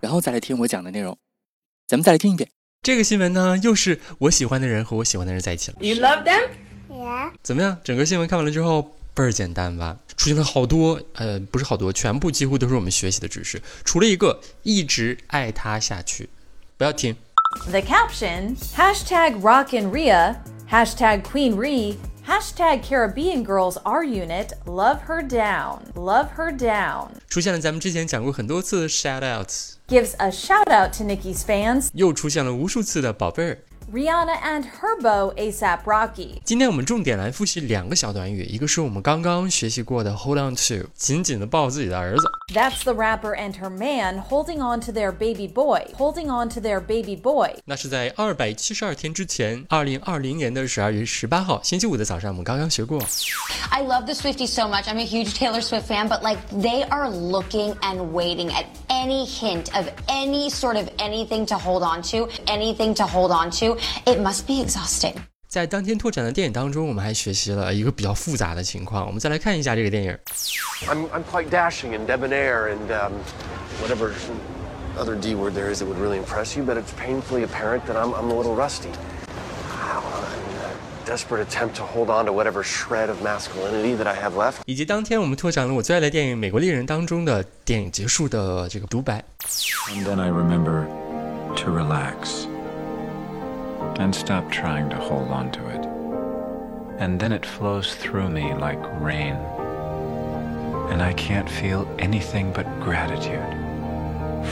然后再来听我讲的内容。咱们再来听一遍。这个新闻呢，又是我喜欢的人和我喜欢的人在一起了。 You love them? 怎么样？整个新闻看完了之后倍儿简单吧？出现了好多，呃，不是好多，全部几乎都是我们学习的知识，除了一个，一直爱他下去，不要停。 The caption hashtag Rockin' Rhea, hashtag Queen Ree, hashtag Caribbean Girls R Unit, love her down, love her down. 出现了咱们之前讲过很多次的 shout out， Gives a shout out to Nikki's fans, 又出现了无数次的宝贝儿。 Rihanna and her beau ASAP Rocky. 今天我们重点来复习两个小短语，一个是我们刚刚学习过的 hold on to，紧紧的抱自己的儿子； That's the rapper and her man holding on to their baby boy, holding on to their baby boy. 那是在二百七十二天之前，二零二零年的十二月十八号星期五的早上，我们刚刚学过。 I love the Swifties so much. I'm a huge Taylor Swift fan, but like they are looking and waiting at any hint of any sort of anything to hold on to, anything to hold on to. It must be exhausting. 在当天拓展的电影当中，我们还学习了一个比较复杂的情况。我们再来看一下这个电影， I'm, I'm quite dashing and debonair and um, whatever other D word there is that would really impress you, but it's painfully apparent that I'm, I'm a little rusty. Wow, in a desperate attempt to hold on to whatever shred of masculinity that I have left. 以及当天我们拓展了我最爱的电影《美国猎人》当中的电影结束的这个独白。 And then I remember to relax and stop trying to hold on to it. And then it flows through me like rain. And I can't feel anything but gratitude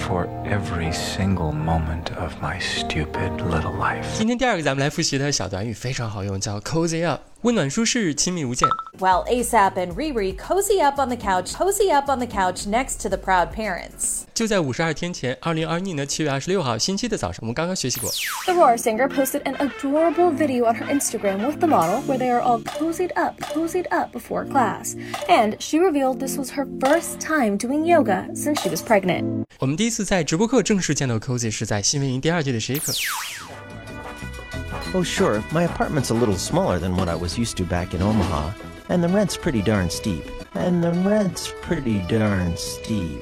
for every single moment of my stupid little life. 今天第二个咱们来复习的小短语非常好用，叫 cozy up，温暖舒适，亲密无间。 While ASAP and Riri cozy up on the couch, cozy up on the couch next to the proud parents. 就在五十二天前，二零二一年的七月二十六号星期的早上，我们刚刚学习过。 The Roar singer posted an adorable video on her Instagram with the model where they are all cozied up, cozied up before class. And she revealed this was her first time doing yoga since she was pregnant. 我们第一次在直播课正式见到 cozy 是在新闻营第二季的实习课。 Oh, sure, my apartment's a little smaller than what I was used to back in Omaha, and the rent's pretty darn steep. And the rent's pretty darn steep.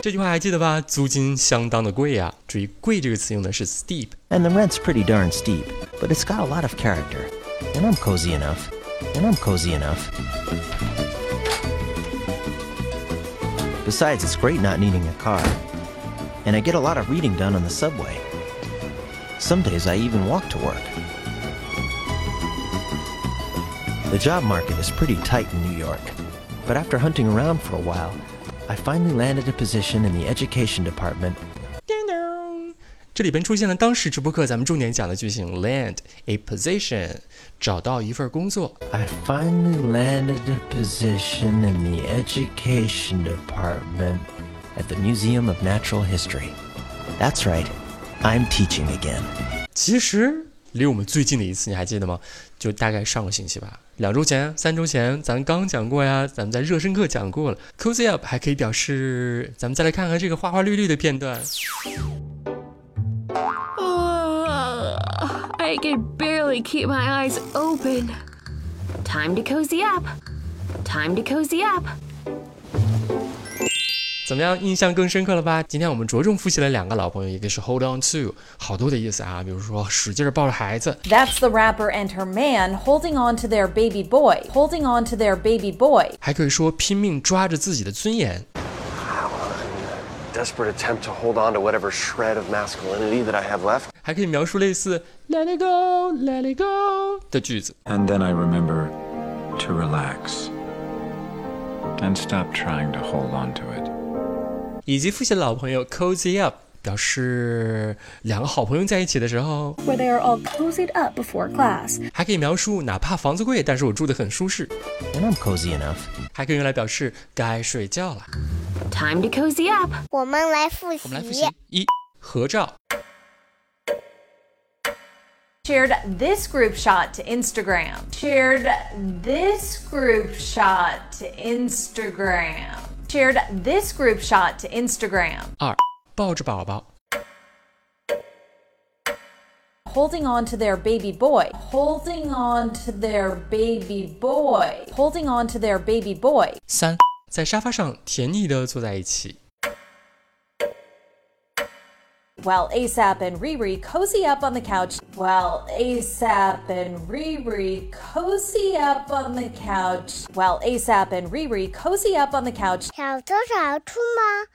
这句话还记得吧？租金相当的贵啊！注意“贵”这个词用的是 steep。 And the rent's pretty darn steep, but it's got a lot of character. And I'm cozy enough. And I'm cozy enough. Besides, it's great not needing a car. And I get a lot of reading done on the subway. Some days I even walk to work. The job market is pretty tight in New York, but after hunting around for a while, I finally landed a position in the education department 叮咚这里边出现了当时直播课咱们重点讲的句型：land a position，找到一份工作。 I finally landed a position in the education department at the Museum of Natural History. That's right, I'm teaching again. 其实离我们最近的一次，你还记得吗？就大概上个星期吧，两周前、三周前，咱刚讲过呀，咱们在热身课讲过了。cozy up 还可以表示，咱们再来看看这个花花绿绿的片段。 I can barely keep my eyes open. Time to cozy up. Time to cozy up. 怎么样，印象更深刻了吧？今天我们着重复习了两个老朋友，一个是 hold on to，好多的意思啊，比如说使劲儿抱着孩子， That's the rapper and her man holding on to their baby boy, holding on to their baby boy. 还可以说拼命抓着自己的尊严。 Wow, in a desperate attempt to hold on to whatever shred of masculinity that I have left. 还可以描述类似 “Let it go, Let it go” 的句子。 And then I remember to relax and stop trying to hold on to it. 以及复习的老朋友 cozy up，表示两个好朋友在一起的时候， Where they are all cozied up before class. 还可以描述哪怕房子贵，但是我住得很舒适， And I'm cozy enough. 还可以用来表示该睡觉了。 Time to cozy up. 我们来复习。我们来复习一合照， Shared this group shot to Instagram. Shared this group shot to Instagram. Shared this group shot to Instagram. 二抱着宝宝， Holding on to their baby boy. Holding on to their baby boy. Holding on to their baby boy. 三在沙发上甜蜜的坐在一起， While ASAP and Riri cozy up on the couch. While ASAP and Riri cozy up on the couch. While ASAP and Riri cozy up on the couch. 小偷小兔吗？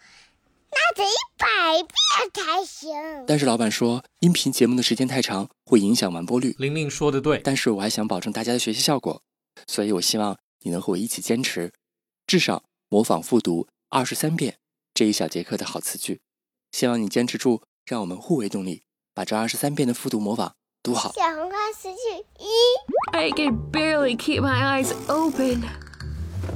那得一百遍才行。但是老板说，音频节目的时间太长，会影响完播率。玲玲说的对，但是我还想保证大家的学习效果，所以我希望你能和我一起坚持，至少模仿复读二十三遍这一小节课的好词句。希望你坚持住，让我们互为动力，把这二十三遍的复读模仿读好。小红花词句一， I can barely keep my eyes open.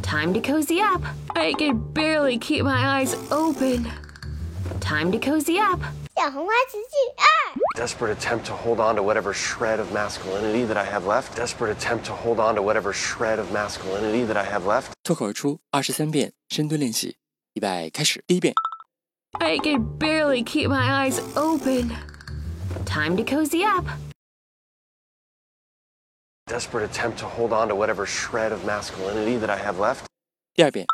Time to cozy up. I can barely keep my eyes open. Time to cozy up. 小红花词句二， Desperate attempt to hold on to whatever shred of masculinity that I have left. Desperate attempt to hold on to whatever shred of masculinity that I have left. 脱口而出二十三遍深蹲练习，预备开始。第一遍， I can barely keep my eyes open. Time to cozy up. Desperate attempt to hold on to whatever shred of masculinity that I have left. 第二遍，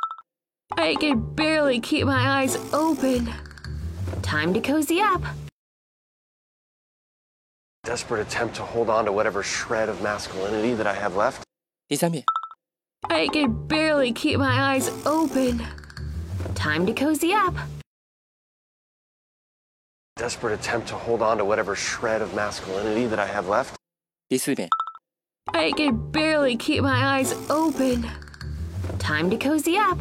I can barely keep my eyes open. Time to cozy up. Desperate attempt to hold on to whatever shred of masculinity that I have left. 第三遍， I can barely keep my eyes open. Time to cozy up. Desperate attempt to hold on to whatever shred of masculinity that I have left. 第四遍， I can barely keep my eyes open. Time to cozy up.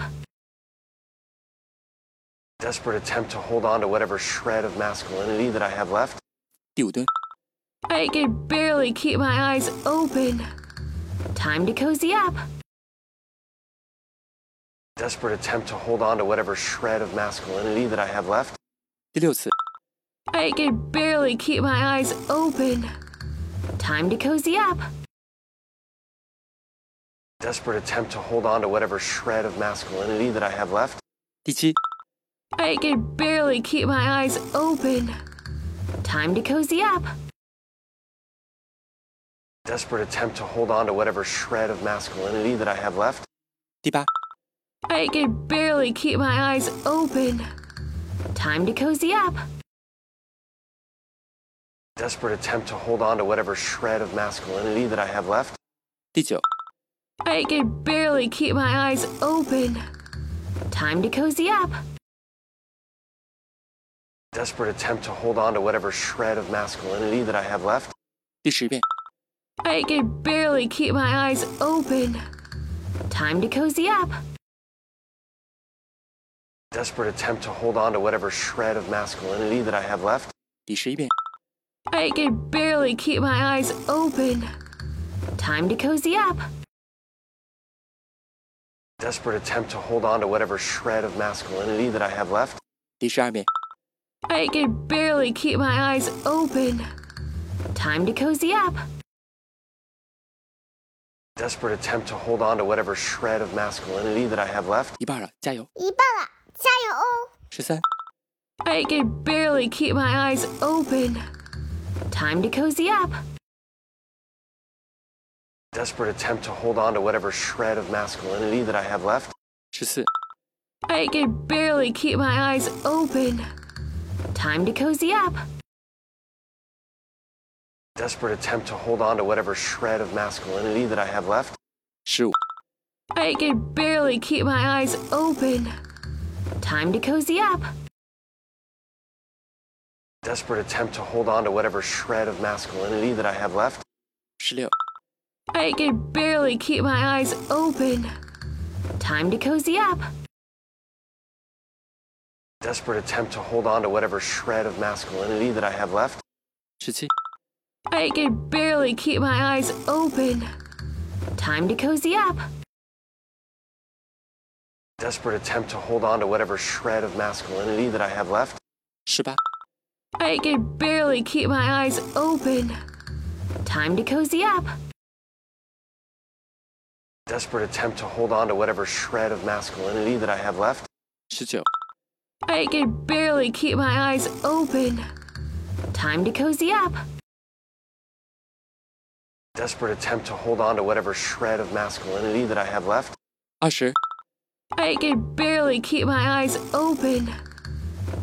Desperate attempt to hold on to whatever shred of masculinity that I have left. 第五蹲， I can barely keep my eyes open. Time to cozy up. Desperate attempt to hold on to whatever shred of masculinity that I have left. 第六次， I can barely keep my eyes open. Time to cozy up. Desperate attempt to hold on to whatever shred of masculinity that I have left. 第七， I can barely keep my eyes open. Time to cozy up. Desperate attempt to hold on to whatever shred of masculinity that I have left. 第八， I can barely keep my eyes open. Time to cozy up. Desperate attempt to hold on to whatever shred of masculinity that I have left. 第九， I can barely keep my eyes open. Time to cozy up. Desperate attempt to hold on to whatever shred of masculinity that I have left. 第十遍， I can barely keep my eyes open. Time to cozy up. Desperate attempt to hold on to whatever shred of masculinity that I have left. 第十一遍， I can barely keep my eyes open. Time to cozy up. Desperate attempt to hold on to whatever shred of masculinity that I have left. 第十二遍， I can barely keep my eyes open. Time to cozy up. Desperate attempt to hold on to whatever shred of masculinity that I have left. 一半了，加油！一半了，加油哦！十三、 I can barely keep my eyes open. Time to cozy up. Desperate attempt to hold on to whatever shred of masculinity that I have left. 十四、 I can barely keep my eyes open. Time to cozy up. Desperate attempt to hold on to whatever shred of masculinity that I have left. 十五、 I can barely keep my eyes open. Time to cozy up. Desperate attempt to hold on to whatever shred of masculinity that I have left. 十六、 I can barely keep my eyes open. Time to cozy up. Desperate attempt to hold on to whatever shred of masculinity that I have left. 十七、 I can barely keep my eyes open. Time to cozy up. desperate attempt to hold on to whatever shred of masculinity that I have left. 十八、 I can barely keep my eyes open. Time to cozy up. Desperate attempt to hold on to whatever shred of masculinity that I have left. 十九、 I can barely keep my eyes open. Time to cozy up. Desperate attempt to hold on to whatever shred of masculinity that I have left. 二十、 I can barely keep my eyes open.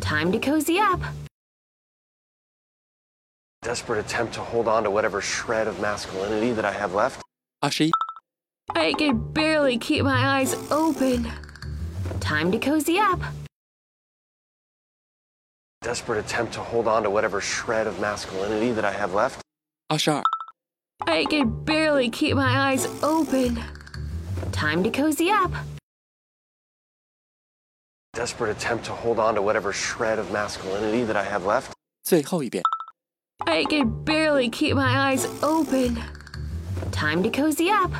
Time to cozy up. Desperate attempt to hold on to whatever shred of masculinity that I have left. 二十一、 I can barely keep my eyes open. Time to cozy up. Desperate attempt to hold on to whatever shred of masculinity that I have left. 二十二、 I can barely keep my eyes open. Time to cozy up. Desperate attempt to hold on to whatever shred of masculinity that I have left. 最后一遍。 I can barely keep my eyes open. Time to cozy up.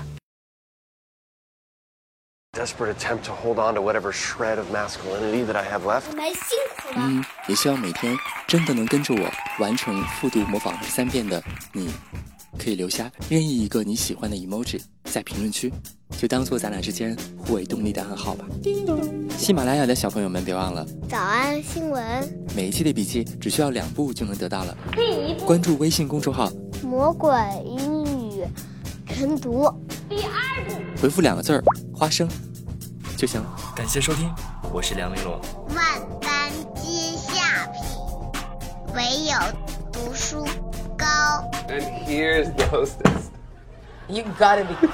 Desperate attempt to hold on to whatever shred of masculinity that I have left. 你们辛苦了。嗯，也希望每天真的能跟着我完成复读模仿三遍的你，可以留下任意一个你喜欢的 emoji 在评论区，就当做咱俩之间互为动力的暗号吧。喜马拉雅的小朋友们，别忘了早安新闻，每一期的笔记只需要两步就能得到了。可以一部关注微信公众号，魔鬼英语晨读。回复两个字儿“花生”就行了。感谢收听，我是梁丽罗。万般皆下品，唯有读书高。 And here's the hostess. You gotta be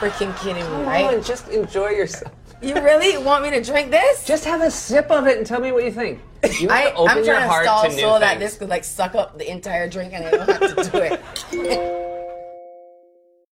freaking kidding me, right? on, just enjoy yourself. You really want me to drink this? Just have a sip of it and tell me what you think. You have I, to open I'm your trying to heart stall to new so that things. this could like suck up the entire drink and I don't have to do it.